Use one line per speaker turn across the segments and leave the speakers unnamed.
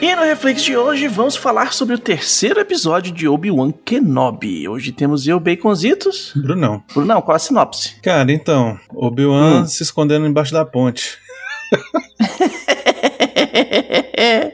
E no Reflex de hoje vamos falar sobre o terceiro episódio de Obi-Wan Kenobi. Hoje temos eu, Baconzitos.
Brunão.
Brunão, qual a sinopse?
Cara, então, Obi-Wan
Hum.
se escondendo embaixo da ponte.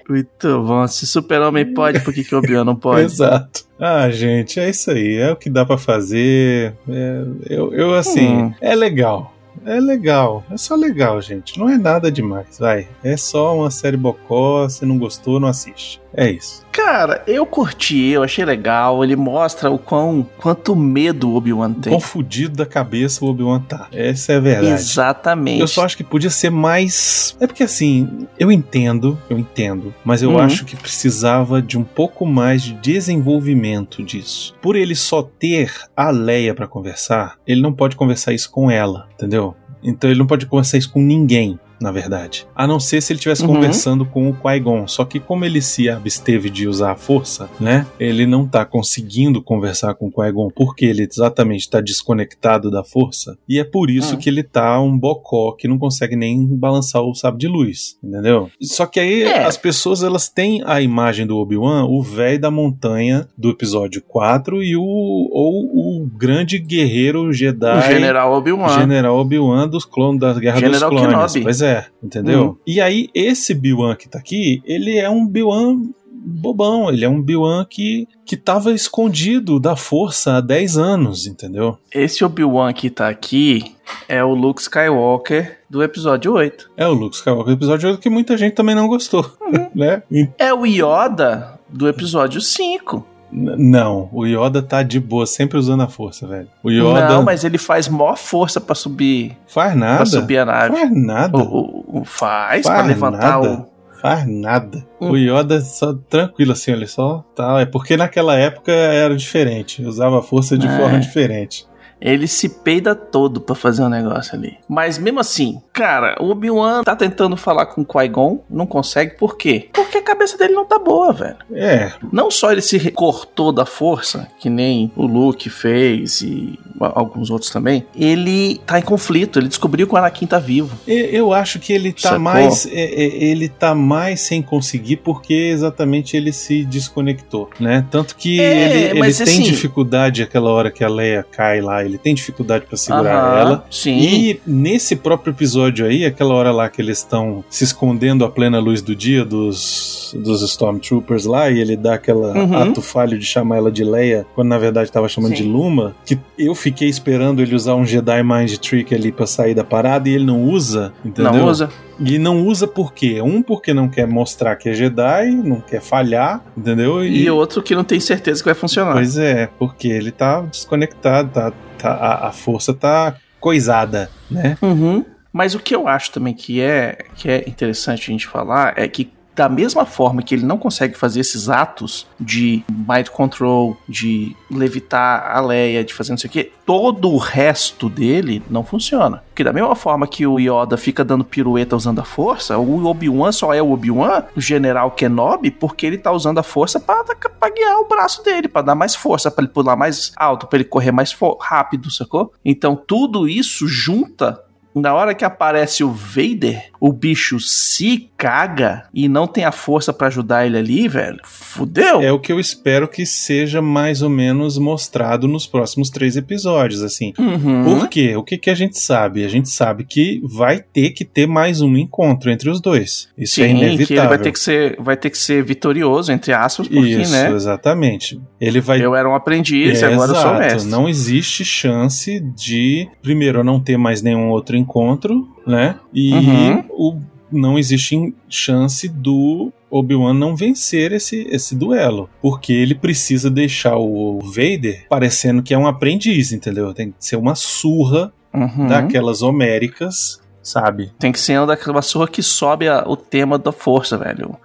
Muito bom. Se Super-Homem pode, por que, que Obi-Wan não pode?
Exato. Ah, gente, é isso aí. É o que dá pra fazer. É, eu, eu, assim,
Hum.
é legal. É legal. É só legal, gente. Não é nada demais. Vai. É só uma série bocó. Se não gostou, não assiste. É isso.
Cara, eu curti, eu achei legal. Ele mostra o quão quanto medo o Obi-Wan tem.
Confundido da cabeça o Obi-Wan tá. Essa é a verdade.
Exatamente.
Eu só acho que podia ser mais. É porque assim, eu entendo, eu entendo, mas eu
Uhum.
acho que precisava de um pouco mais de desenvolvimento disso. Por ele só ter a Leia pra conversar, ele não pode conversar isso com ela, entendeu? Então ele não pode conversar isso com ninguém. Na verdade. A não ser se ele estivesse
Uhum.
conversando com o Qui-Gon. Só que como ele se absteve de usar a força, né? Ele não tá conseguindo conversar com o Qui-Gon porque ele exatamente tá desconectado da força. E é por isso
Hum.
que ele tá um bocó que não consegue nem balançar o sabre de luz, entendeu? Só que aí
É.
as pessoas elas têm a imagem do Obi-Wan, o velho da montanha do episódio 4 e o ou o grande guerreiro Jedi
O General Obi-Wan.
General Obi-Wan dos clones da Guerra
General
dos Clones.
Kenobi.
Pois é, entendeu?
Uhum.
E aí, esse Obi-Wan que tá aqui, ele é um Obi-Wan bobão, ele é um Obi-Wan que, que tava escondido da força há 10 anos, entendeu?
Esse Obi-Wan que tá aqui é o Luke Skywalker do episódio 8.
É o Luke Skywalker, episódio 8 que muita gente também não gostou, né? E-
É o Yoda do episódio 5.
n- não, o Yoda tá de boa, sempre usando a força, velho. O Yoda
Não, mas ele faz maior força pra subir,
faz
pra
nada,
subir a nave.
faz nada,
O, o- o- faz, pra
Faz
levantar
nada.
o.
faz nada.
Hum.
O Yoda é só tranquilo assim, ele só tá. É porque naquela época era diferente, usava a força de
É.
forma diferente.
Ele se peida todo pra fazer um negócio ali. Mas mesmo assim, cara, o Obi-Wan tá tentando falar com o Qui-Gon, não consegue, por quê? Porque a cabeça dele não tá boa, velho.
É,
Não só ele se re- cortou da força, que nem o Luke fez e a- alguns outros também, ele tá em conflito, ele descobriu que o Anakin tá vivo.
e- eu acho que ele tá
Sacou?
mais é, é, ele tá mais sem conseguir porque exatamente ele se desconectou, né? Tanto que
É,
ele, ele
mas
tem
assim-
dificuldade aquela hora que a Leia cai lá, ele tem dificuldade pra segurar
Aham,
ela.
Sim.
E nesse próprio episódio aí, aquela hora lá que eles estão se escondendo à plena luz do dia dos, dos Stormtroopers lá, e ele dá aquela
Uhum.
ato falho de chamar ela de Leia, quando na verdade tava chamando
Sim.
de Luma, que eu fiquei esperando ele usar um Jedi Mind Trick ali pra sair da parada e ele não usa, entendeu?
Não usa?
E não usa por quê? Um, porque não quer mostrar que é Jedi, não quer falhar, entendeu?
E outro que não tem certeza que vai funcionar.
Pois é, porque ele tá desconectado, tá, tá- a, a força tá coisada, né?
Uhum. Mas o que eu acho também que é, que é interessante a gente falar é que da mesma forma que ele não consegue fazer esses atos de mind control, de levitar a Leia, de fazer não sei o quê, todo o resto dele não funciona. Porque da mesma forma que o Yoda fica dando pirueta usando a força, o Obi-Wan só é o Obi-Wan, o General Kenobi, porque ele tá usando a força pra, ataca- pra guiar o braço dele, pra dar mais força, pra ele pular mais alto, pra ele correr mais fo- rápido, sacou? Então tudo isso junta na hora que aparece o Vader, o bicho se caga e não tem a força pra ajudar ele ali, velho. Fudeu.
É o que eu espero que seja mais ou menos mostrado nos próximos três episódios, assim.
Uhum.
Por quê? O que, que a gente sabe? A gente sabe que vai ter que ter mais um encontro entre os dois. Isso é
Sim,
inevitável.
que ele vai ter que ser, vai ter que ser vitorioso entre aspas, porque,
Isso,
né?
exatamente. Ele vai
Eu era um aprendiz e
É,
agora eu sou
exato.
mestre.
Não existe chance de, primeiro, não ter mais nenhum outro encontro, né? E
Uhum.
o, não existe in- chance do Obi-Wan não vencer esse, esse duelo. Porque ele precisa deixar o Vader parecendo que é um aprendiz, entendeu? Tem que ser uma surra
Uhum.
daquelas homéricas, sabe?
Tem que ser uma daquela surra que sobe a- o tema da força, velho.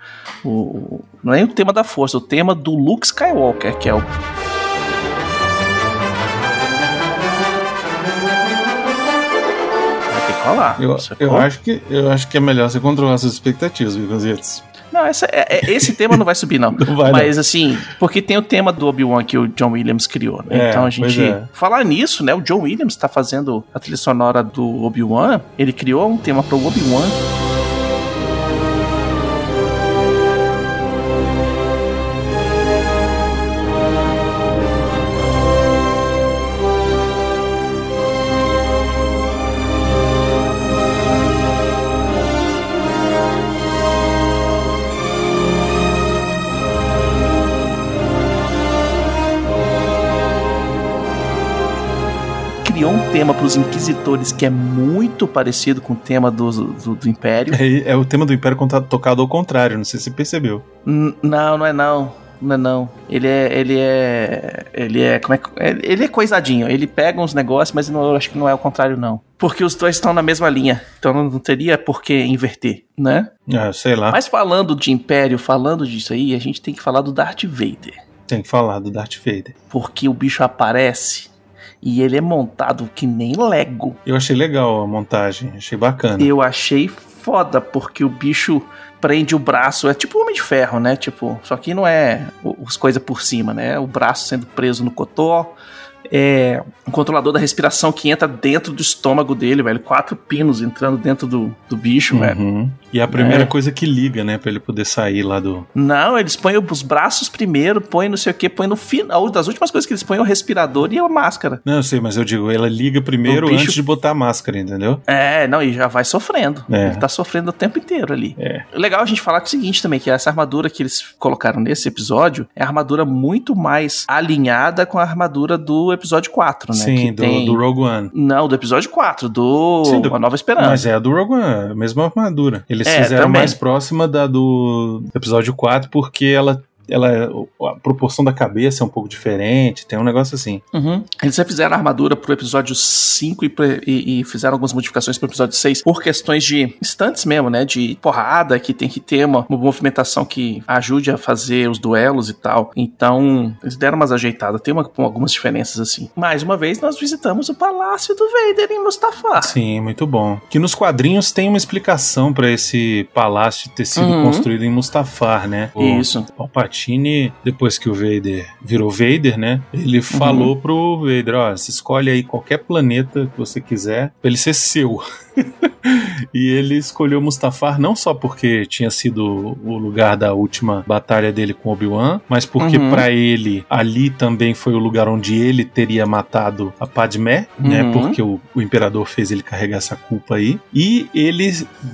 O, o- não é nem o tema da força, o tema do Luke Skywalker, que é o rolar.
Eu,
sacou?
eu, acho que, eu acho que é melhor você controlar suas expectativas, Bigonzitos.
Não, essa- é- é- esse tema não vai subir, não.
Não vai,
Mas assim, porque tem o tema do Obi-Wan que o John Williams criou, né?
É,
então a
pois
gente.
é.
Falar nisso, né? O John Williams tá fazendo a trilha sonora do Obi-Wan. Ele criou um tema pro Obi-Wan. Criou um tema pros Inquisitores que é muito parecido com o tema do, do, do Império.
É, é o tema do Império conta- tocado ao contrário, não sei se você percebeu.
N- não, não é não. Não é não. Ele é. Ele é. Ele é. Como é que- ele- Ele é coisadinho. Ele pega uns negócios, mas não, eu acho que não é o contrário, não. Porque os dois estão na mesma linha. Então não não teria por que inverter, né?
Ah, sei lá,
Mas falando de Império, falando disso aí, a gente tem que falar do Darth Vader.
tem que falar do Darth Vader.
Porque o bicho aparece e ele é montado que nem Lego.
Eu achei legal a montagem, achei bacana.
Eu achei foda, porque o bicho prende o braço. É tipo Homem de Ferro, né? Tipo, só que não é o- as coisas por cima, né? O braço sendo preso no cotó. É um controlador da respiração que entra dentro do estômago dele, velho. Quatro pinos entrando dentro do, do bicho, velho.
Uhum. E é a primeira
É.
coisa que liga, né, pra ele poder sair lá do.
Não, eles põem os braços primeiro, põem não sei o que, põem no final. Das últimas coisas que eles põem é o respirador e a máscara.
Não, eu sei, mas eu digo, ela liga primeiro
O bicho-
antes de botar a máscara, entendeu?
É, não, e já vai sofrendo.
É.
Ele tá sofrendo o tempo inteiro ali.
É.
Legal a gente falar que é o seguinte também, que essa armadura que eles colocaram nesse episódio é a armadura muito mais alinhada com a armadura do episódio 4, né? que
Sim, do,
tem-
do Rogue One.
Não, do episódio 4, do
Sim, do-
Uma Nova Esperança.
Mas é a do Rogue One, a mesma armadura.
Ah.
Eles
É,
fizeram
também.
mais próxima da do episódio 4, porque ela, ela. A proporção da cabeça é um pouco diferente, tem um negócio assim.
Uhum. Eles já fizeram a armadura pro episódio 5 e, pre- e- e fizeram algumas modificações pro episódio 6 por questões de instantes mesmo, né? De porrada, que tem que ter uma, uma movimentação que ajude a fazer os duelos e tal. Então, eles deram umas ajeitadas, tem uma, algumas diferenças assim. Mais uma vez, nós visitamos o palácio do Vader em Mustafar.
Sim, muito bom. Que nos quadrinhos tem uma explicação pra esse palácio ter sido
Uhum.
construído em Mustafar, né? O-
Isso.
Palpatine, depois que o Vader virou Vader, né?
Uhum.
Ele falou pro Vader, ó, você escolhe aí qualquer planeta que você quiser pra ele ser seu. e ele escolheu Mustafar não só porque tinha sido o lugar da última batalha dele com Obi-Wan, mas porque
Uhum.
pra ele ali também foi o lugar onde ele teria matado a Padmé, né?
Uhum.
Porque o, o imperador fez ele carregar essa culpa aí. E ele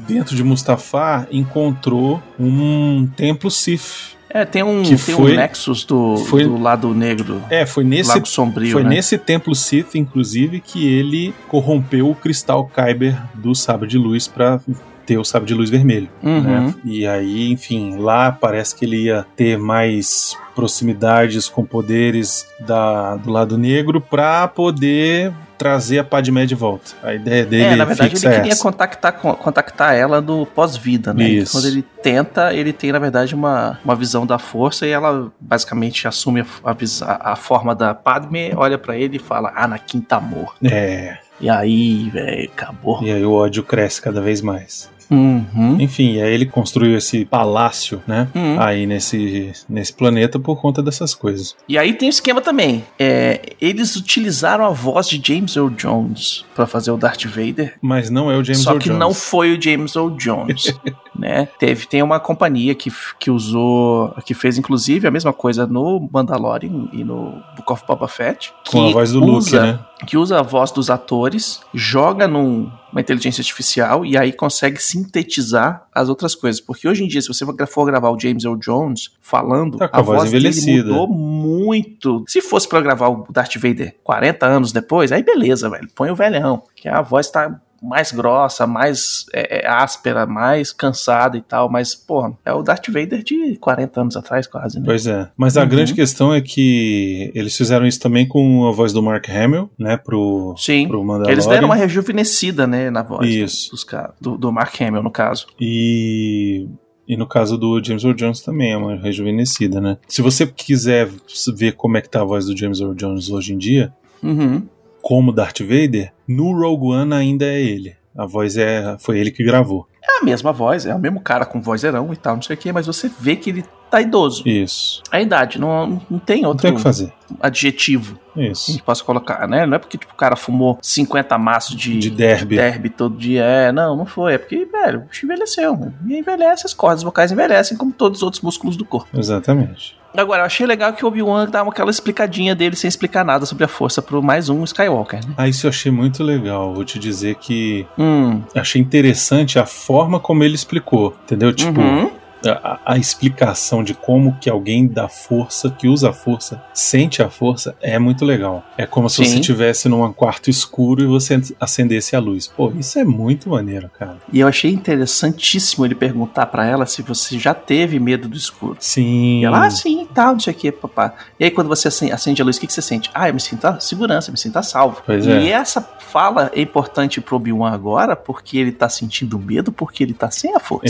dentro de Mustafar encontrou um templo Sith.
É, tem um,
Que
tem
foi-
um Nexus do,
foi-
do lado negro.
É, foi nesse
Lago Sombrio,
foi
né?
nesse templo Sith, inclusive, que ele corrompeu o cristal Kyber do sabre de luz pra ter o sabre de luz vermelho,
Uhum.
né? E aí, enfim, lá parece que ele ia ter mais proximidades com poderes da, do lado negro pra poder trazer a Padmé de volta. A ideia dele
é, na verdade
fixa
ele queria
essa.
contactar, co- contactar ela no pós-vida, né?
Isso.
Quando ele tenta, ele tem, na verdade, uma, uma visão da força e ela basicamente assume a, a vis- a, a forma da Padme, olha pra ele e fala, Anakin tá morto.
É,
E aí, velho, acabou.
e aí o ódio cresce cada vez mais.
Uhum.
Enfim, e aí ele construiu esse palácio, né?
Uhum.
Aí nesse, nesse planeta por conta dessas coisas.
E aí tem o esquema também. É, eles utilizaram a voz de James Earl Jones pra fazer o Darth Vader.
Mas não é o James
Só
Earl
que
Jones.
não foi o James Earl Jones, né? Teve, tem uma companhia que, f- que usou, que fez inclusive a mesma coisa no Mandalorian e no Book of Boba Fett, que
Com a voz do
usa,
Luke, né?
que usa a voz dos atores, joga numa inteligência artificial e aí consegue sintetizar as outras coisas. Porque hoje em dia, se você for gravar o James Earl Jones falando,
Tá com a voz
dele
envelhecida.
mudou muito. Se fosse pra gravar o Darth Vader 40 anos depois, aí beleza, velho. Põe o velhão, que a voz tá mais grossa, mais é, é, áspera, mais cansada e tal, mas, porra, é o Darth Vader de 40 anos atrás, quase, né?
Pois é. Mas a
Uhum.
grande questão é que eles fizeram isso também com a voz do Mark Hamill, né? Pro,
Sim.
pro Mandalorian.
Eles deram uma rejuvenescida, né, na voz
Isso.
dos caras, do, do Mark Hamill, no caso.
E, e no caso do James Earl Jones também é uma rejuvenescida, né? Se você quiser ver como é que tá a voz do James Earl Jones hoje em dia,
Uhum.
como Darth Vader, no Rogue One ainda é ele. A voz é, foi ele que gravou.
É a mesma voz, é o mesmo cara com vozerão e tal, não sei o que, mas você vê que ele tá idoso.
Isso.
A idade, não, não tem
Não
outro
tem o que fazer.
adjetivo que a
Isso.
gente possa colocar, né? Não é porque tipo, o cara fumou 50 maços de,
De derby.
derby todo dia. É, não, não foi. É porque, velho, o bicho envelheceu. né? E envelhece, as cordas vocais envelhecem, como todos os outros músculos do corpo.
Exatamente.
Agora, eu achei legal que o Obi-Wan dava aquela explicadinha dele sem explicar nada sobre a força pro mais um Skywalker, né?
Ah, isso eu achei muito legal. Vou te dizer que
Hum.
achei interessante a forma como ele explicou. Entendeu? Tipo,
Uhum.
a, a explicação de como que alguém da força, que usa a força, sente a força, é muito legal. É como se
Sim.
você estivesse num quarto escuro e você acendesse a luz. Pô, isso é muito maneiro, cara.
E eu achei interessantíssimo ele perguntar pra ela se você já teve medo do escuro.
Sim.
E ela, ah, sim, tal, não sei o que, papá. E aí, quando você acen- acende a luz, o que, que você sente? Ah, eu me sinto a segurança, eu me sinto a salvo.
Pois
e
é.
essa fala é importante pro Obi-Wan agora, porque ele tá sentindo medo, porque ele tá sem a força.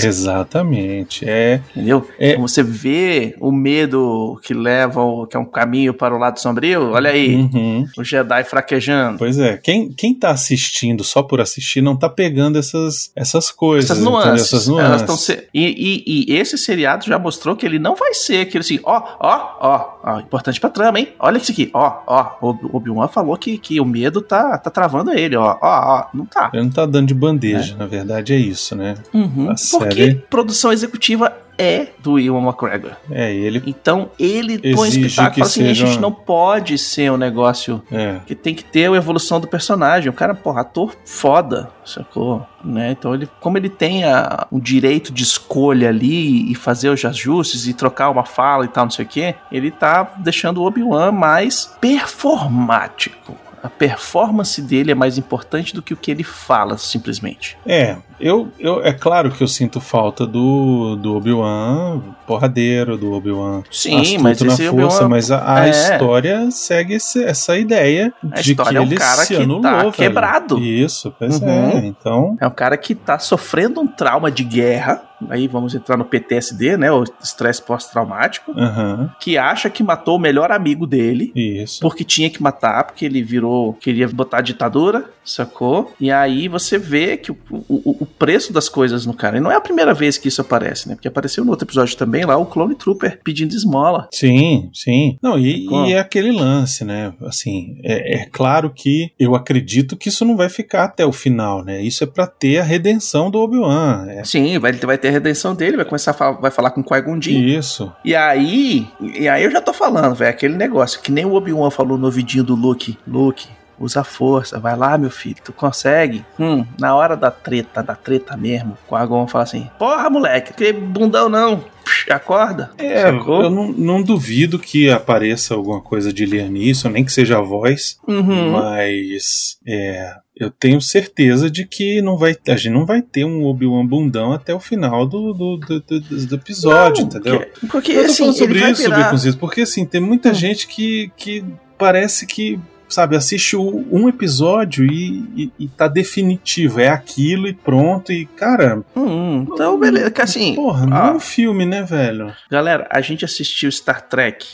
Exatamente. É,
Entendeu?
É.
Então Você vê o medo que leva, o- que é um caminho para o lado sombrio, olha aí,
Uhum.
o Jedi fraquejando.
Pois é, quem, quem tá assistindo só por assistir não tá pegando essas, essas coisas.
Essas
entendeu?
nuances,
Essas
elas
nuances.
estão se... e, e- e esse seriado já mostrou que ele não vai ser aquele assim, ó, ó, ó, ó, importante pra trama, hein? Olha isso aqui, ó, ó, o Obi-Wan falou que, que o medo tá, tá travando ele, ó, ó, ó, não tá.
Ele não tá dando de bandeja, na verdade é isso, né?
Uhum,
Tá
porque
sério?
produção executiva é do Iwan McGregor.
É, ele.
Então ele põe esse
Exige
pitaco e
que
fala assim,
seja
a gente
uma-
não pode ser um negócio
É.
que tem que ter a evolução do personagem. O cara, porra, ator foda, sacou? Né? Então, ele, como ele tem a, um direito de escolha ali e fazer os ajustes e trocar uma fala e tal, não sei o quê, ele tá deixando o Obi-Wan mais performático. A performance dele é mais importante do que o que ele fala, simplesmente.
É, eu, eu é claro que eu sinto falta do, do Obi-Wan porradeiro, do Obi-Wan
Sim,
astuto
mas
na
esse
força,
Obi-Wan-
mas a, a
é.
história segue esse- essa ideia
A
de que
história é um
ele
cara
se
que
anulou,
tá
velho.
quebrado.
Isso, pois é.
Uhum.
Então,
É um cara que tá sofrendo um trauma de guerra. Aí vamos entrar no PTSD, né? O estresse pós-traumático.
aham,
Que acha que matou o melhor amigo dele.
isso.
porque tinha que matar, porque ele virou, queria botar a ditadura, sacou? E aí você vê que o, o, o preço das coisas no cara, e não é a primeira vez que isso aparece, né? Porque apareceu no outro episódio também lá o Clone Trooper pedindo esmola.
Sim, sim. Não, e,
Sacou?
e é aquele lance, né? Assim, é, é claro que eu acredito que isso não vai ficar até o final, né? Isso é pra ter a redenção do Obi-Wan. É
Sim, vai, vai ter a redenção dele, vai começar a falar, vai falar com o Qui-Gon Jinn.
isso.
E aí, e aí eu já tô falando, velho, aquele negócio que nem o Obi-Wan falou no ouvidinho do Luke. Luke, usa a força, vai lá, meu filho, tu consegue. Hum, na hora da treta, da treta mesmo, o Agon fala assim: Porra, moleque, que bundão não. Psh, Acorda.
É, eu não, não duvido que apareça alguma coisa de ler nisso, nem que seja a voz,
Uhum.
mas é, eu tenho certeza de que não vai, a gente não vai ter um Obi-Wan bundão até o final do, do, do, do- do episódio, entendeu?
Porque, porque
eu tô
assim,
falando sobre
ele vai Hum.
isso,
virar...
Baconzitos, porque assim, tem muita gente que, que parece que, sabe, assiste o- um episódio e, e, e tá definitivo, é aquilo e pronto, e cara,
Hum, então, beleza, que assim,
porra, não é
ah.
um filme, né, velho?
Galera, a gente assistiu Star Trek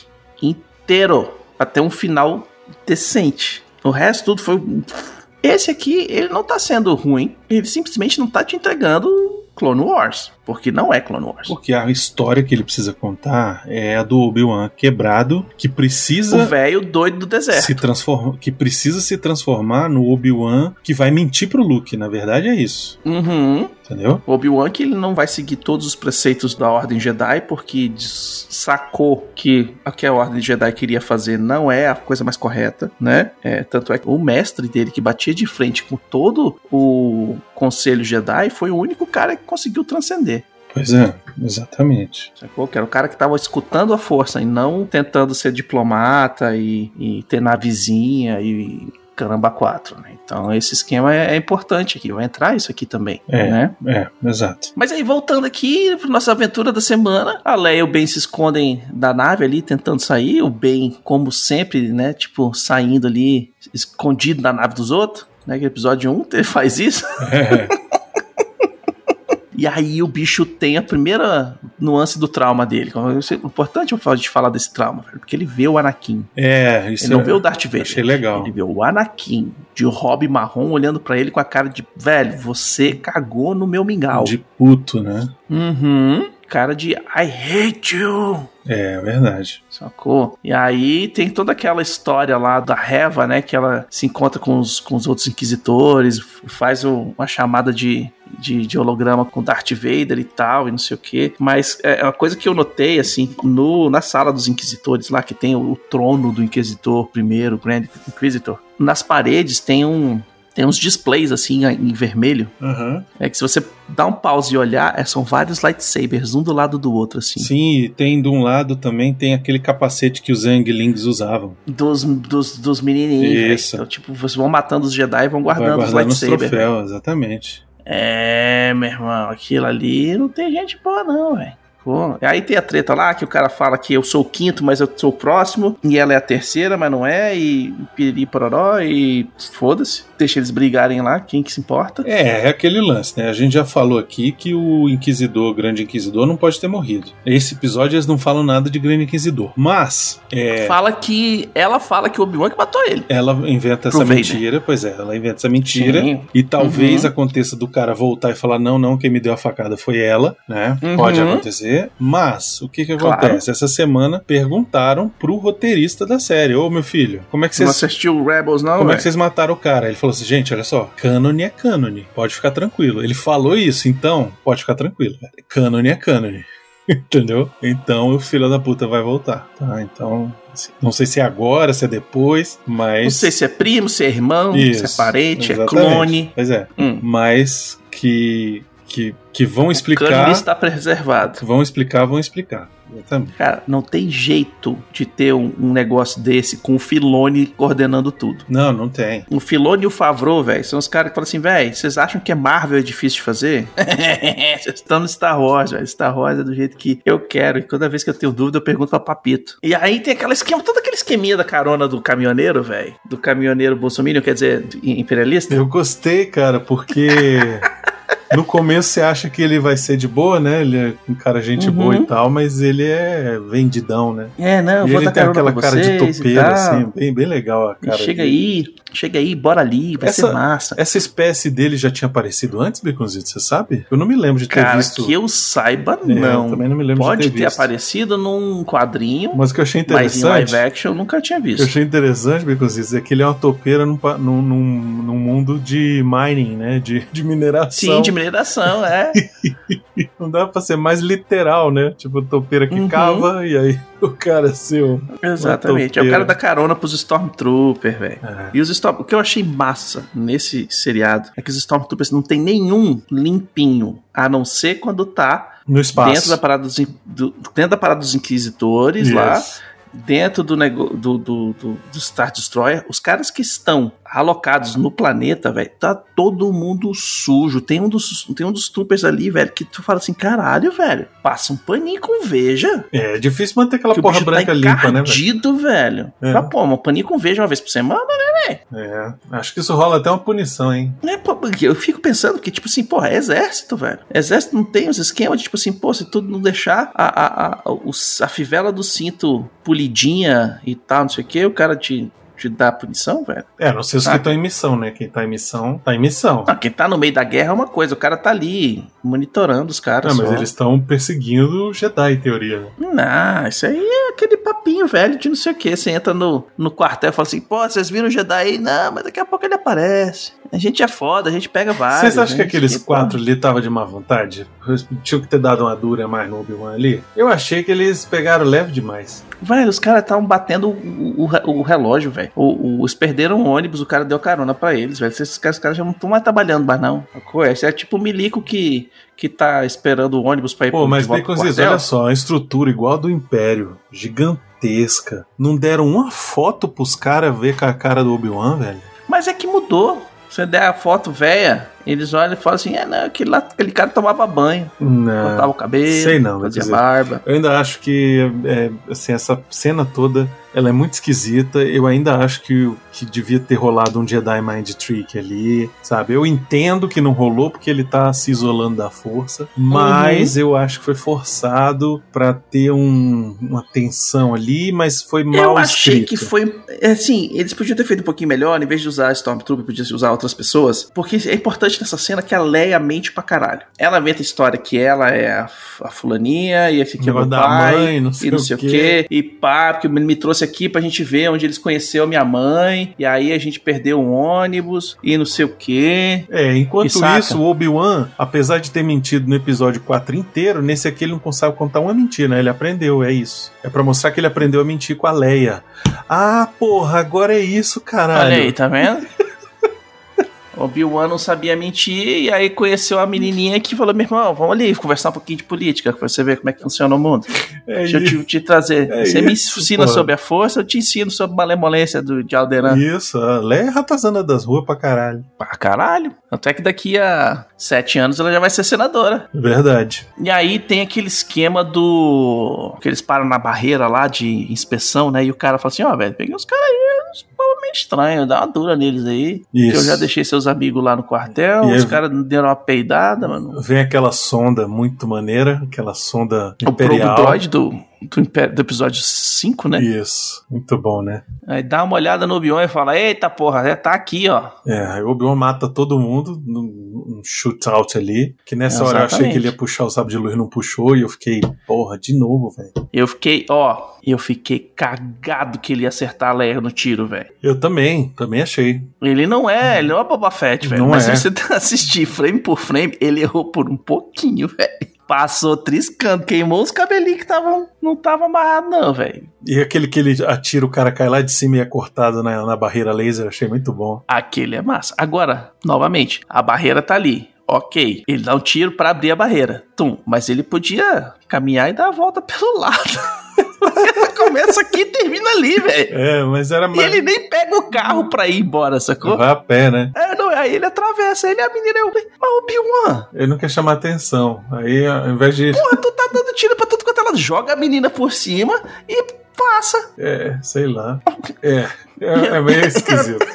inteiro pra ter um final decente. O resto tudo foi. Esse aqui, ele não tá sendo ruim. Ele simplesmente não tá te entregando Clone Wars. Porque não é Clone Wars.
Porque a história que ele precisa contar é a do Obi-Wan quebrado, que
O
precisa
velho doido do deserto.
se transformar, que precisa se transformar no Obi-Wan que vai mentir pro Luke, na verdade é isso,
Uhum.
entendeu?
O Obi-Wan que ele não vai seguir todos os preceitos da Ordem Jedi porque des- sacou que o que a Ordem Jedi queria fazer não é a coisa mais correta, né? É, tanto é que o mestre dele que batia de frente com todo o Conselho Jedi foi o único cara que conseguiu transcender.
Pois é, exatamente.
Sacou? Que era o cara que tava escutando a força e não tentando ser diplomata e, e ter navezinha e caramba quatro, né? Então esse esquema é, é importante aqui, vai entrar isso aqui também,
É.
né?
É, exato.
Mas aí, voltando aqui pra nossa aventura da semana, a Leia e o Ben se escondem da nave ali, tentando sair. O Ben, como sempre, né? Tipo, saindo ali, escondido é um, da nave dos outros. Né, que episódio 1 ele faz isso. E aí o bicho tem a primeira nuance do trauma dele. O importante eu falar de falar desse trauma, velho, porque ele vê o Anakin.
É, isso
Ele não
é-
vê o Darth Vader.
Achei legal.
Ele vê o Anakin de hobby marrom olhando pra ele com a cara de velho, você cagou no meu mingau.
De puto, né?
Uhum. Cara de I hate you.
É, verdade.
Sacou? E aí tem toda aquela história lá da Reva, né? Que ela se encontra com os, com os outros inquisitores, f- faz um- uma chamada de, de, de holograma com Darth Vader e tal, e não sei o quê. Mas é é uma coisa que eu notei, assim, no, na sala dos inquisitores lá, que tem o, o trono do inquisitor primeiro, o Grand Inquisitor. Nas paredes tem um... Tem uns displays assim em vermelho.
Aham.
É que se você dá um pause e olhar, é, são vários lightsabers, um do lado do outro, assim.
Sim, e tem de um lado também tem aquele capacete que os Anglings usavam.
dos, dos, dos menininhos. velho.
Isso.
Então, tipo, vocês vão matando os Jedi e vão
Vai
guardando os
guardando os
lightsabers. né?
troféus, exatamente.
É, meu irmão, aquilo ali não tem gente boa, não, velho. Pô, Aí tem a treta lá que o cara fala que eu sou o quinto, mas eu sou o próximo, e ela é a terceira, mas não é, e piriri pororó, e foda-se. Deixa eles brigarem lá, quem que se importa.
É, é aquele lance, né? A gente já falou aqui que o Inquisidor, o Grande Inquisidor, não pode ter morrido. Esse episódio eles não falam nada de Grande Inquisidor. Mas, é,
Fala que. Ela fala que o Obi-Wan que matou ele.
ela
Pro
inventa essa
Vader.
mentira, pois é, ela inventa essa mentira.
Sim.
E talvez
Uhum.
aconteça do cara voltar e falar: não, não, quem me deu a facada foi ela, né?
Uhum.
Pode acontecer. Mas, o que que
Claro.
acontece? Essa semana perguntaram pro roteirista da série: Ô meu filho, como é que
Não
vocês.
assistiu Rebels, não?
Como é
velho?
que vocês mataram o cara? Ele falou assim, gente, olha só, cânone é cânone, pode ficar tranquilo. Ele falou isso, então pode ficar tranquilo. velho. Cânone é cânone, entendeu? Então o filho da puta vai voltar, tá? Então, assim, não sei se é agora, se é depois, mas...
Não sei se é primo, se é irmão, se é
Isso,
parente, é
exatamente.
clone.
Pois é,
Hum.
mas que, que, que
O
vão
cânone
explicar...
está preservado.
Vão explicar, vão explicar. Exatamente.
Cara, não tem jeito de ter um, um negócio desse com o Filone coordenando tudo.
Não, não tem.
O Filone e o Favreau, velho, são os caras que falam assim, velho, vocês acham que é Marvel é difícil de fazer? vocês estão no Star Wars, velho. Star Wars é do jeito que eu quero. E toda vez que eu tenho dúvida, eu pergunto pra Papito. E aí tem aquela esquema, todo aquele esqueminha da carona do caminhoneiro, velho. Do caminhoneiro bolsominion, quer dizer, do- imperialista.
Eu gostei, cara, porque no começo você acha que ele vai ser de boa, né? Ele é um cara gente
Uhum.
boa e tal, mas ele é vendidão, né?
É, não, eu
e
vou
ele
dar
tem
carona
aquela
pra
cara de
vocês e
topeira,
tal.
assim, bem, bem legal a
E
cara.
chega
dele.
aí, chega aí, bora ali, vai
Essa-
ser massa.
Essa espécie dele já tinha aparecido antes, Beconzito, você sabe? Eu não me lembro de ter
Cara,
visto.
que eu saiba,
É, eu
não.
também não me lembro
Pode
de
ter,
ter, visto.
aparecido num quadrinho,
Mas o que eu achei
mas em
interessante.
live action eu nunca tinha
o que eu
visto.
achei interessante, Beconzito, é que ele é uma topeira num, pa- num, num, num mundo de mining, né? De, de mineração.
Sim, de mineração, é.
Não dá pra ser mais literal, né? Tipo, topeira que
Uhum.
cava e aí o cara um, seu.
Exatamente. É o
topeira.
cara da carona pros Stormtrooper, velho. E os Storm... O que eu achei massa nesse seriado é que os Stormtroopers não tem nenhum limpinho, a não ser quando tá
No espaço.
dentro da, parada dos, in- do- dentro da parada dos Inquisitores
Isso.
lá, dentro do, nego... do, do, do, do Star Destroyer, os caras que estão alocados no planeta, velho, tá todo mundo sujo. Tem um dos, tem um dos troopers ali, velho, que tu fala assim, caralho, velho, passa um paninho com veja.
É, é difícil manter aquela
que o
porra
bicho
branca
tá
limpa, né, velho?
encardido, velho.
É.
Mas, pô, uma paninho com veja uma vez por semana,
É. Acho que isso rola até uma punição, hein?
né? Pô, porque eu fico pensando que, tipo assim, porra, é exército, velho. Exército não tem os esquemas de, tipo assim, pô, se tu não deixar a, a, a, os- a fivela do cinto polidinha e tal, não sei o que, o cara te, te dá punição, velho.
É, não sei os
Ah.
que estão em missão, né? Quem tá em missão, tá em missão.
Não, quem tá no meio da guerra é uma coisa, o cara tá ali monitorando os caras.
Não, Ah, mas
só.
eles estão perseguindo o Jedi, em teoria. né?
Não, isso aí é aquele papinho velho de não sei o que. Você entra no, no quartel e fala assim, pô, vocês viram o Jedi aí? Não, mas daqui a pouco ele aparece. A gente é foda, a gente pega vários.
Vocês acham que
né?
aqueles
E, pô,
quatro ali tava de má vontade? Tinha que ter dado uma dura mais no Obi-Wan ali? Eu achei que eles pegaram leve demais.
Velho, os caras estavam batendo o, o- o relógio, velho. O- o- Eles perderam o ônibus, o cara deu carona pra eles, velho. Esses caras, os caras já não estão mais trabalhando mais, não. Sacou? Esse é tipo o milico que, que tá esperando o ônibus pra ir
Pô,
pro-
mas
um de volta pro
Baconzitos,
quartel.
olha só, uma estrutura igual a do Império, gigantesca. Não deram uma foto pros caras ver com a cara do Obi-Wan, velho?
Mas é que mudou. Você der a foto velha, eles olham e falam assim: é, não, aquele, lá, aquele cara tomava banho,
Não.
cortava o cabelo,
É, sei não,
fazia
quer dizer-
barba.
Eu ainda acho que é, assim, essa cena toda Ela é muito esquisita. Eu ainda acho que, que devia ter rolado um Jedi Mind Trick ali, sabe? Eu entendo que não rolou porque ele tá se isolando da força, mas
Uhum.
eu acho que foi forçado pra ter um- uma tensão ali, mas foi mal
Eu achei
escrito.
que foi. é, Assim, eles podiam ter feito um pouquinho melhor, em vez de usar Stormtrooper, podia usar outras pessoas. Porque é importante nessa cena que a Leia mente pra caralho. Ela inventa a história que ela é a, f- a fulaninha e esse aqui é meu
Negócio da
pai.
mãe, não sei,
e não sei o quê. E pá, porque o menino me trouxe aqui pra gente ver onde eles conheceu minha mãe. E aí a gente perdeu um ônibus e não sei o quê.
É,
E
enquanto
saca?
isso, o Obi-Wan, apesar de ter mentido no episódio 4 inteiro, nesse aqui ele não consegue contar uma mentira, ele aprendeu, é isso. É pra mostrar que ele aprendeu a mentir com a Leia. Ah, porra, agora é isso, caralho.
Olha aí, tá vendo? Obi-Wan não sabia mentir, e aí conheceu a menininha que falou: meu irmão, vamos ali conversar um pouquinho de política, pra você ver como é que funciona o mundo.
É
Deixa eu
isso.
te, te trazer.
É
você me
isso,
ensina
porra.
sobre a força, eu te ensino sobre malemolência do, de Alderan.
Isso, a Leia é ratazana das ruas pra caralho.
Pra caralho. Até que daqui a sete anos ela já vai ser senadora.
É Verdade.
E aí tem aquele esquema do. que eles param na barreira lá de inspeção, né? E o cara fala assim: ó, velho, peguei uns caras aí, uns povo meio estranho, dá uma dura neles aí. Que eu
Isso.
já deixei seus amigos lá no quartel,
E
os
aí-
caras deram uma peidada, mano.
Vem aquela sonda muito maneira, aquela sonda
É O promo
imperial.
droid do, do, impé- do episódio 5, né?
Isso, muito bom, né?
Aí dá uma olhada no Obi-Wan e fala: eita porra, já tá aqui, ó.
É, aí o Obi-Wan mata todo mundo num, num shootout ali. Que nessa hora eu achei
Exatamente.
que ele ia puxar o sabre de luz, não puxou. E eu fiquei, porra, de novo, velho.
Eu fiquei, ó, eu fiquei cagado que ele ia acertar a Leia no tiro, velho.
Eu também, também achei.
Ele não é, ele não é Boba Fett, velho.
Não
Mas
é.
se você tá assistir frame por frame, ele errou por um pouquinho, velho. Passou triscando, queimou os cabelinhos que estavam. Não tava amarrado, não, velho.
E aquele que ele atira, o cara cai lá de cima e é cortado na, na barreira laser, achei muito bom.
Aquele é massa. Agora, novamente, a barreira tá ali. Ok. Ele dá um tiro pra abrir a barreira. Tum. Mas ele podia caminhar e dar a volta pelo lado. Começa aqui e termina ali, velho.
É, mas era
E
mais.
ele nem pega o carro pra ir embora, sacou?
Vai a pé, né?
É, não, aí ele atravessa, ele é a menina, eu falei, mas Obi-Wan,
Ele não quer chamar atenção. Aí, ao invés de.
porra, tu tá dando tiro pra tudo quanto ela joga a menina por cima e passa.
É, sei lá. É, é, é meio esquisito.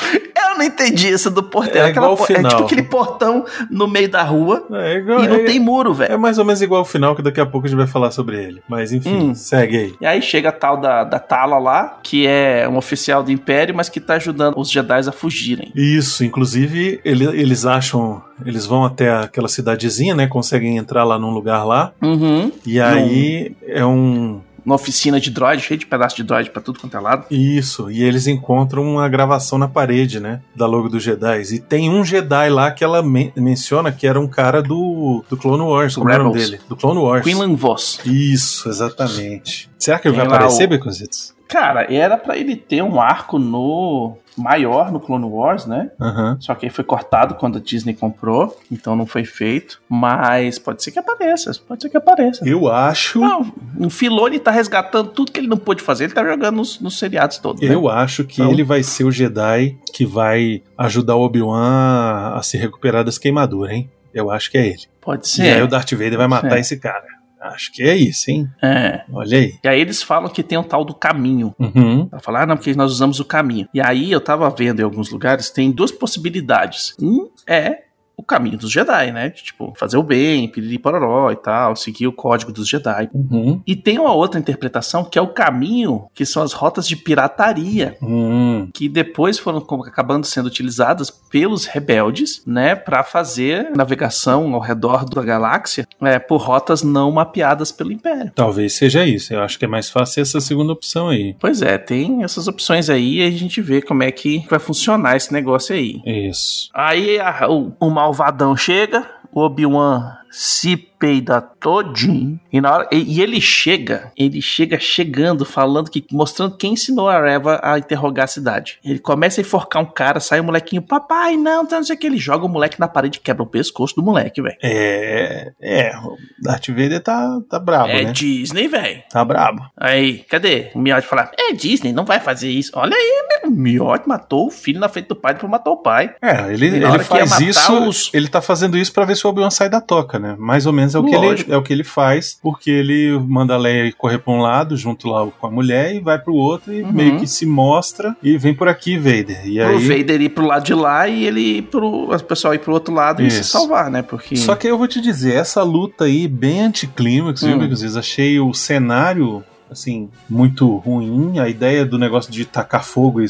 Eu não entendi isso do portão.
É igual o
por- é
final.
tipo aquele portão no meio da rua
É, igual,
e não
é,
tem muro, velho.
é mais ou menos igual ao final, que daqui a pouco a gente vai falar sobre ele. Mas enfim,
Hum.
segue aí.
E aí chega a tal da, da Tala lá, que é um oficial do Império, mas que tá ajudando os Jedi a fugirem.
Isso, inclusive ele- eles acham, eles vão até aquela cidadezinha, né? Conseguem entrar lá num lugar lá.
Uhum.
E aí é um
Uma oficina de droid, cheio de pedaço de droid pra tudo quanto é lado.
isso, e eles encontram uma gravação na parede, né, da logo dos Jedi. E tem um Jedi lá que ela men- menciona que era um cara do, do Clone Wars, como era o nome
Rebels.
dele? Do Clone Wars.
Quinlan Voss.
Isso, exatamente. Será que ele vai
Tem lá
aparecer,
o-
Beconzitos?
Cara, era pra ele ter um arco no maior no Clone Wars, né?
Aham.
Só que aí foi cortado quando a Disney comprou, então não foi feito. Mas pode ser que apareça, pode ser que apareça.
Eu acho.
Não, o Filoni tá resgatando tudo que ele não pôde fazer, ele tá jogando nos, nos seriados todos. né?
Eu acho que
Não.
ele vai ser o Jedi que vai ajudar o Obi-Wan a se recuperar das queimaduras, hein? Eu acho que é ele.
Pode
E aí o
ser.
Darth Vader vai matar
Sim.
esse cara. Acho que é isso, hein?
É.
Olha aí.
E aí eles falam que tem um tal do caminho.
Uhum.
Ela fala, ah, não, porque nós usamos o caminho. E aí eu tava vendo em alguns lugares, tem duas possibilidades. Um é o caminho dos Jedi, né? De, Tipo, fazer o bem, piriri pororó e tal, seguir o código dos Jedi.
Uhum.
E tem uma outra interpretação que é o caminho, que são as rotas de pirataria,
Hum.
que depois foram co- acabando sendo utilizadas pelos rebeldes, né, Pra fazer navegação ao redor da galáxia, é, por rotas não mapeadas pelo Império.
Talvez seja isso. Eu acho que é mais fácil essa segunda opção aí.
Pois é, tem essas opções aí e a gente vê como é que vai funcionar esse negócio aí.
Isso.
Aí a- o, o malvadão chega, o Obi-Wan se peida todinho. E, na hora, e, e ele chega, ele chega chegando, falando que. mostrando quem ensinou a Reva a interrogar a cidade. Ele começa a enforcar um cara, sai o molequinho, papai, não, tá, não sei o que. Ele joga o moleque na parede e quebra o pescoço do moleque, velho.
É. É. O Darth Vader tá, tá brabo,
É
né?
Disney, velho.
Tá brabo.
Aí, cadê? O Miotti fala: É Disney, não vai fazer isso. Olha aí, meu. O Miotti matou o filho na frente do pai, depois matou o pai.
É, ele,
E na
ele
hora que ia
faz
matar
isso.
os-
Ele tá fazendo isso pra ver se o Obi-Wan sai da toca. troca, né? Mais ou menos é o, que ele,
Lógico.
é o que ele faz, porque ele manda a Leia correr pra um lado, junto lá com a mulher, e vai pro outro, e
Uhum.
meio que se mostra, e vem por aqui, Vader. E
Pro
aí...
Vader ir pro lado de lá e ele ir pro. O pessoal ir pro outro lado e se
Isso.
salvar, né? Porque.
Só que eu vou te dizer, essa luta aí, bem anticlímax, viu,
Hum.
amigos? Eu Achei o cenário, assim, muito ruim. A ideia do negócio de tacar fogo e,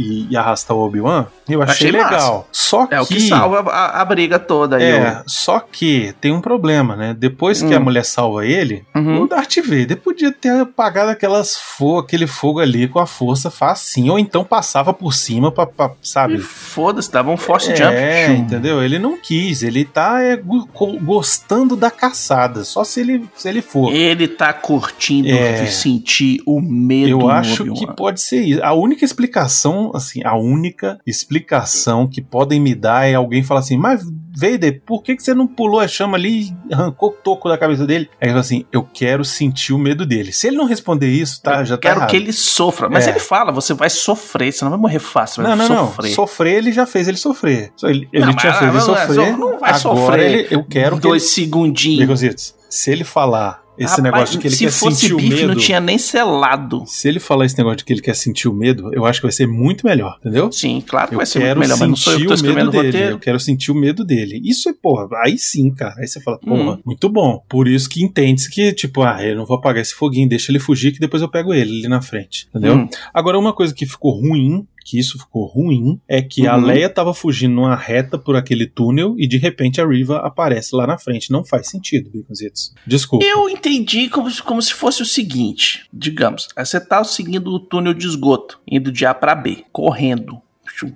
e- e arrastar o Obi-Wan, eu achei,
Achei massa.
legal. Só
é o que salva a, a briga toda aí.
É, só que tem um problema, né? Depois que
Hum.
a mulher salva ele,
ó. Uhum.
o Darth Vader podia ter apagado aquelas fo aquele fogo ali com a força facinho, ou então passava por cima pra, pra-
E
sabe?
foda-se, dava um force jump.
É, entendeu? Ele não quis, ele tá é, go- co- gostando da caçada, só se ele, se ele for.
Ele tá curtindo
É.
de sentir o medo
Eu
no
acho que
Obi-Wan.
pode ser isso. A única explicação, assim, a única explicação que podem me dar é alguém falar assim, mas Vader, por que, que você não pulou a chama ali e arrancou o toco da cabeça dele? Aí ele fala assim, eu quero sentir o medo dele. Se ele não responder isso, tá, já tá
Quero
errado.
que ele sofra. Mas
É.
ele fala, você vai sofrer, você não vai morrer fácil, vai
Não, não, não.
sofrer.
Sofrer. ele já fez ele sofrer. Só Ele, ele
Não,
tinha
mas-
feito ele
mas- mas
sofrer.
não vai
agora
sofrer
ele- eu quero que ele
Dois segundinhos.
Negocitos, se ele falar esse
Rapaz,
negócio de que ele
se
quer
fosse
sentir o
bife,
medo.
não tinha nem selado.
Se ele falar esse negócio de que ele quer sentir o medo, eu acho que vai ser muito melhor, entendeu?
Sim, claro que
Eu
vai ser muito
quero
melhor, mas não sou eu que
sentir
tô
o medo
escrevendo o
dele.
roteiro.
Eu quero sentir o medo dele. Isso é, porra, aí sim, cara. Aí você fala, porra,
Hum.
muito bom. Por isso que entende-se que, tipo, ah, eu não vou apagar esse foguinho, deixa ele fugir que depois eu pego ele ali na frente, entendeu?
Hum,
Agora, uma coisa que ficou ruim, que isso ficou ruim, é que a
Uhum.
Leia tava fugindo numa reta por aquele túnel e de repente a Riva aparece lá na frente. Não faz sentido, Baconzitos. Desculpa.
Eu entendi como, se- como se fosse o seguinte: digamos, aí você tá seguindo o túnel de esgoto, indo de A pra B, correndo.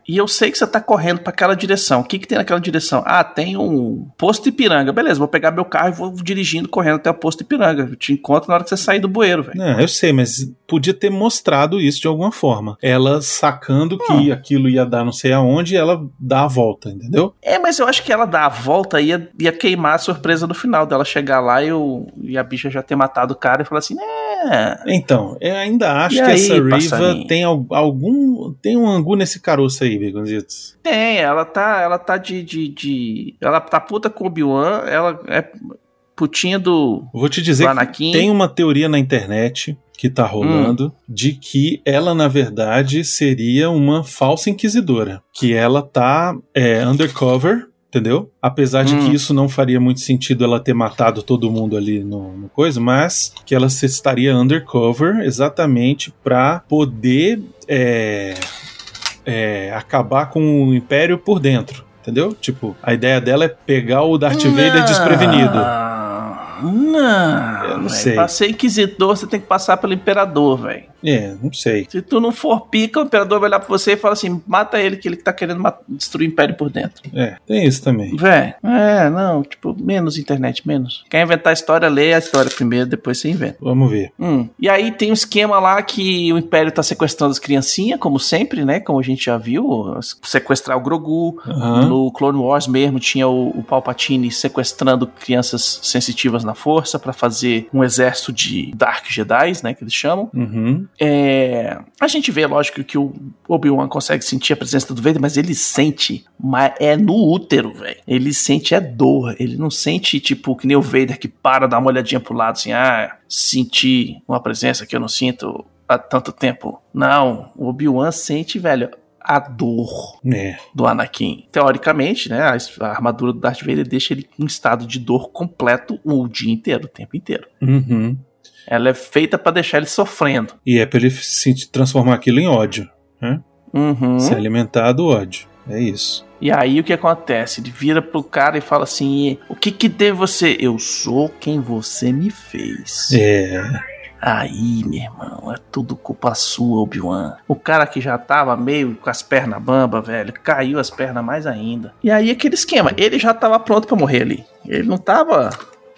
E eu sei que você tá correndo pra aquela direção. O que, que tem naquela direção? Ah, tem um posto Ipiranga. Beleza, vou pegar meu carro e vou dirigindo, correndo até o posto Ipiranga. Eu te encontro na hora que você sair do bueiro, velho.
Não, eu sei, mas podia ter mostrado isso de alguma forma. Ela sacando
Ah.
que aquilo ia dar não sei aonde, ela dá a volta, entendeu?
É, mas eu acho que ela dá a volta e ia, ia queimar a surpresa do final dela chegar lá e, o- e a bicha já ter matado o cara e falar assim: é.
Então, eu ainda acho
E
que
aí,
essa Riva
passarinho?
tem al- algum. tem um angu nesse caroço aí, Begonzitos.
Tem, ela tá, ela tá de, de, de- Ela tá puta com o Obi-Wan, ela é putinha do
Vou te
do
dizer que
Anakin.
Tem um uma teoria na internet que tá rolando de que ela, na verdade, seria uma falsa inquisidora. Que ela tá é, undercover, entendeu? Apesar de
Hum.
que isso não faria muito sentido ela ter matado todo mundo ali no, no coisa, mas que ela se estaria undercover exatamente pra poder é, é, acabar com o Império por dentro. Entendeu? Tipo, a ideia dela é pegar o Darth Vader
Não,
desprevenido.
Não,
Eu não
velho.
sei.
Pra ser inquisidor, você tem que passar pelo imperador, velho.
É, não sei.
Se tu não for pica, o imperador vai olhar pra você e fala assim: mata ele, que ele que tá querendo ma- destruir o império por dentro.
É, tem isso também.
Véi, é, não, tipo, menos internet, menos. Quer inventar história, lê a história primeiro, depois você inventa.
Vamos ver.
Hum. E aí tem um esquema lá que o Império tá sequestrando as criancinhas, como sempre, né? Como a gente já viu, as- sequestrar o Grogu.
Aham.
No Clone Wars mesmo tinha o, o Palpatine sequestrando crianças sensitivas na força pra fazer um exército de Dark Jedi, né, que eles chamam.
Uhum.
É, a gente vê, lógico, que o Obi-Wan consegue sentir a presença do Vader, mas ele sente, mas é no útero, velho. Ele sente é dor, ele não sente, tipo, que nem o Vader que para, dá uma olhadinha pro lado, assim, ah, senti uma presença que eu não sinto há tanto tempo. Não, o Obi-Wan sente, velho, a dor
É.
do Anakin. Teoricamente, né, a es- a armadura do Darth Vader deixa ele em estado de dor completo o dia inteiro, o tempo inteiro.
Uhum.
Ela é feita pra deixar ele sofrendo.
E é pra ele se transformar aquilo em ódio.
Uhum.
Se alimentar do ódio. É isso.
E aí o que acontece? Ele vira pro cara e fala assim: O que que deu você? Eu sou quem você me fez.
É.
Aí, meu irmão, é tudo culpa sua, Obi-Wan. O cara que já tava meio com as pernas bamba, velho, caiu as pernas mais ainda. E aí aquele esquema, ele já tava pronto pra morrer ali. Ele não tava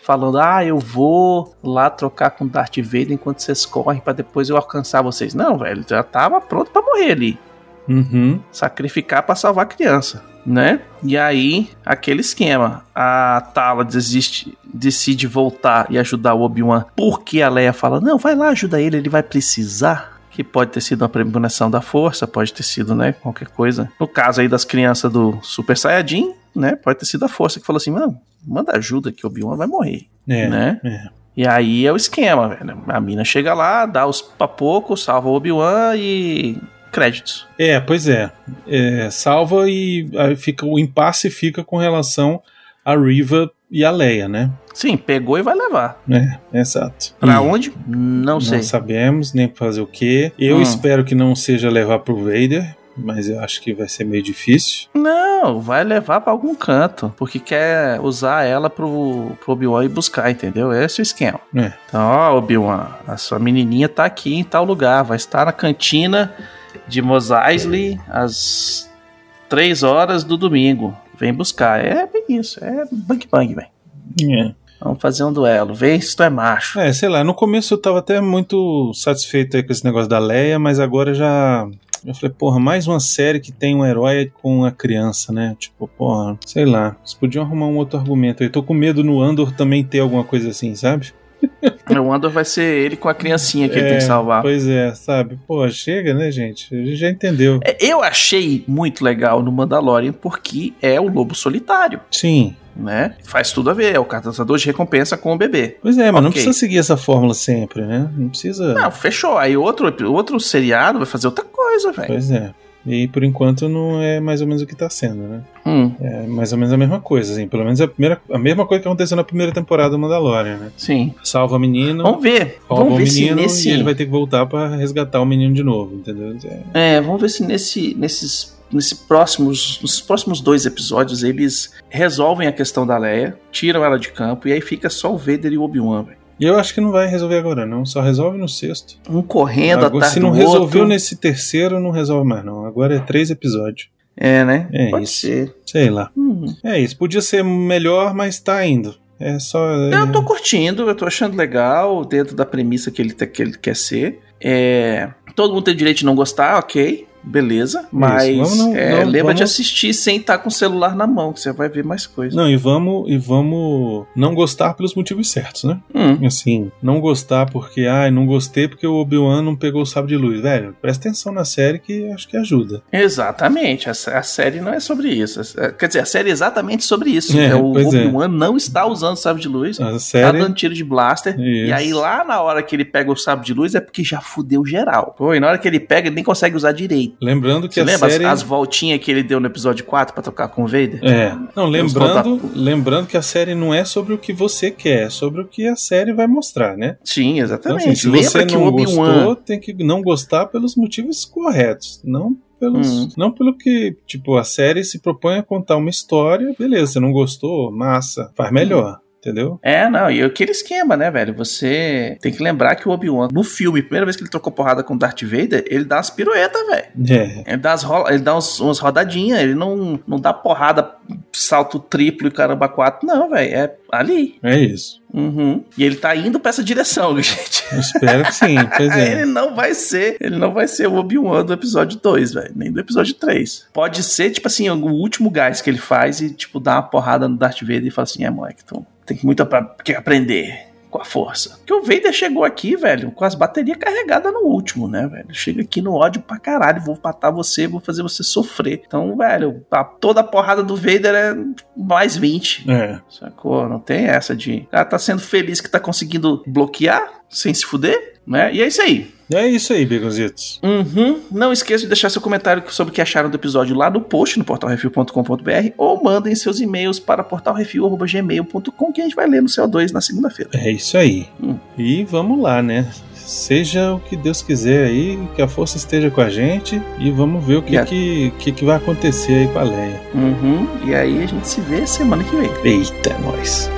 falando, ah, eu vou lá trocar com Darth Vader enquanto vocês correm pra depois eu alcançar vocês. Não, velho, ele já tava pronto pra morrer ali
Uhum.
sacrificar para salvar a criança, né? E aí, aquele esquema, a Tala desiste, decide voltar e ajudar o Obi-Wan, porque a Leia fala: "Não, vai lá ajuda ele, ele vai precisar". Que pode ter sido uma premonição da força, pode ter sido, né, qualquer coisa. No caso aí das crianças do Super Saiyajin, né? Pode ter sido a força que falou assim, mano, manda ajuda que o Obi-Wan vai morrer,
É,
né?
é.
E aí é o esquema, velho. A mina chega lá, dá os papocos, salva o Obi-Wan e créditos.
É, pois é. É, Salva e aí fica o impasse fica com relação a Riva e a Leia, né?
Sim, pegou e vai levar.
Exato.
Pra
E
onde? Não sei.
Hum. Não sabemos nem fazer o quê. Eu
Hum.
espero que não seja levar pro Vader, mas eu acho que vai ser meio difícil.
Não, vai levar pra algum canto, porque quer usar ela pro, pro Obi-Wan ir buscar, entendeu? Esse é o esquema.
É.
Então, ó, Obi-Wan, a sua menininha tá aqui em tal lugar, vai estar na cantina de Mos Eisley às 3 horas do domingo. Vem buscar. É bem isso, é bang bang, velho.
É.
Vamos fazer um duelo, vê se tu é macho.
É, sei lá, no começo eu tava até muito satisfeito aí com esse negócio da Leia, mas agora já. Eu falei, porra, mais uma série que tem um herói com a criança, né? Tipo, porra, sei lá. Vocês podiam arrumar um outro argumento aí. Tô com medo no Andor também ter alguma coisa assim, sabe?
O Andor vai ser ele com a criancinha que ele tem que salvar.
Pois é, sabe? Pô, chega, né, gente? A gente já entendeu.
É, Eu achei muito legal no Mandalorian porque é o lobo solitário.
Sim.
né? Faz tudo a ver, é o caçador de recompensa com o bebê.
Pois é, mas não
Ok.
precisa seguir essa fórmula sempre, né? Não precisa.
Não, fechou. Aí outro, outro seriado vai fazer outra coisa, velho.
Pois é. E por enquanto não é mais ou menos o que tá sendo, né?
Hum,
É mais ou menos a mesma coisa, assim. Pelo menos a, primeira, a mesma coisa que aconteceu na primeira temporada do Mandalorian, né?
sim.
Salva o menino,
Vamos ver.
rouba
Vamos
o
ver se
Então, menino
nesse.
e ele vai ter que voltar pra resgatar o menino de novo, entendeu? É.
É, vamos ver se nesse, nesses. Nesses próximos, nos próximos dois episódios, eles resolvem a questão da Leia, tiram ela de campo, e aí fica só o Vader e o Obi-Wan, velho.
E eu acho que não vai resolver agora, não. Só resolve no sexto.
Um correndo
Agora,
atrás
se
do
não
outro.
resolveu nesse terceiro, não resolve mais, não. Agora é três episódios.
É, né?
É
Pode
isso.
ser.
Sei lá.
Hum.
É isso. Podia ser melhor, mas tá indo. É só.
Eu tô curtindo, eu tô achando legal, dentro da premissa que ele, te- que ele quer ser. É, todo mundo tem direito de não gostar, ok, beleza. Mas
vamos não-
é,
não-
lembra
vamos-
de assistir sem estar com o celular na mão, que você vai ver mais coisa.
Não, e vamos, e vamos não gostar pelos motivos certos, né?
Hum,
Assim, não gostar porque, ai, não gostei porque o Obi-Wan não pegou o sábio de luz. Velho, presta atenção na série que acho que ajuda.
exatamente, a, sé- a série não é sobre isso. É- Quer dizer, a série é exatamente sobre isso.
É,
É, o
pois é.
Obi-Wan não está usando o sábio de luz,
A
tá
série.
dando tiro de blaster.
Isso.
E aí lá na hora que ele pega o sábio de luz é porque já fudeu geral. Pô, e na hora que ele pega ele nem consegue usar direito.
Lembrando que
Você
a
lembra as-
série.
as, voltinhas que ele deu no episódio 4 pra tocar com o Vader?
É. Não,
Os
lembrando, lembrando que a série não é sobre o que você quer, é sobre o que a série vai mostrar, né?
Sim,
Então,
exatamente.
assim, se
lembra
você
que o
não gostou,
Obi-Wan.
tem que não gostar pelos motivos corretos, não pelos,
Hum.
não pelo que, tipo, a série se propõe a contar uma história, beleza, você não gostou, massa, faz melhor, entendeu?
É, não, e aquele esquema, né, velho? Você tem que lembrar que o Obi-Wan, no filme, primeira vez que ele trocou porrada com o Darth Vader, ele dá umas piruetas, velho.
É.
Ele dá, as rola, ele dá uns, umas rodadinhas, ele não, não dá porrada, salto triplo e caramba quatro, não, velho. É ali.
É isso.
Uhum. E ele tá indo pra essa direção, gente.
Eu espero que sim, pois
Ele
é.
não vai ser, ele não vai ser o Obi-Wan do episódio 2, velho, nem do episódio 3. Pode ser, tipo assim, o último gás que ele faz e, tipo, dá uma porrada no Darth Vader e fala assim, é, moleque, tu tem muito pra que aprender com a força. Porque o Vader chegou aqui, velho, com as baterias carregadas no último, né, velho? Chega aqui no ódio pra caralho, vou matar você, vou fazer você sofrer. Então, velho, a- toda a porrada do Vader é mais 20.
É.
Sacou? Não tem essa de. O cara tá sendo feliz que tá conseguindo bloquear sem se fuder, né? E é isso aí.
É isso aí, Begonzitos.
Uhum. Não esqueça de deixar seu comentário sobre o que acharam do episódio lá no post no portalrefil.com.br ou mandem seus e-mails para portalrefil.gmail.com que a gente vai ler no CO2 na segunda-feira.
É isso aí.
Hum.
E vamos lá, né? Seja o que Deus quiser aí, que a força esteja com a gente e vamos ver o que,
Yeah.
que, que, que vai acontecer aí com a Leia.
Uhum. E aí a gente se vê semana que vem.
Eita, nós.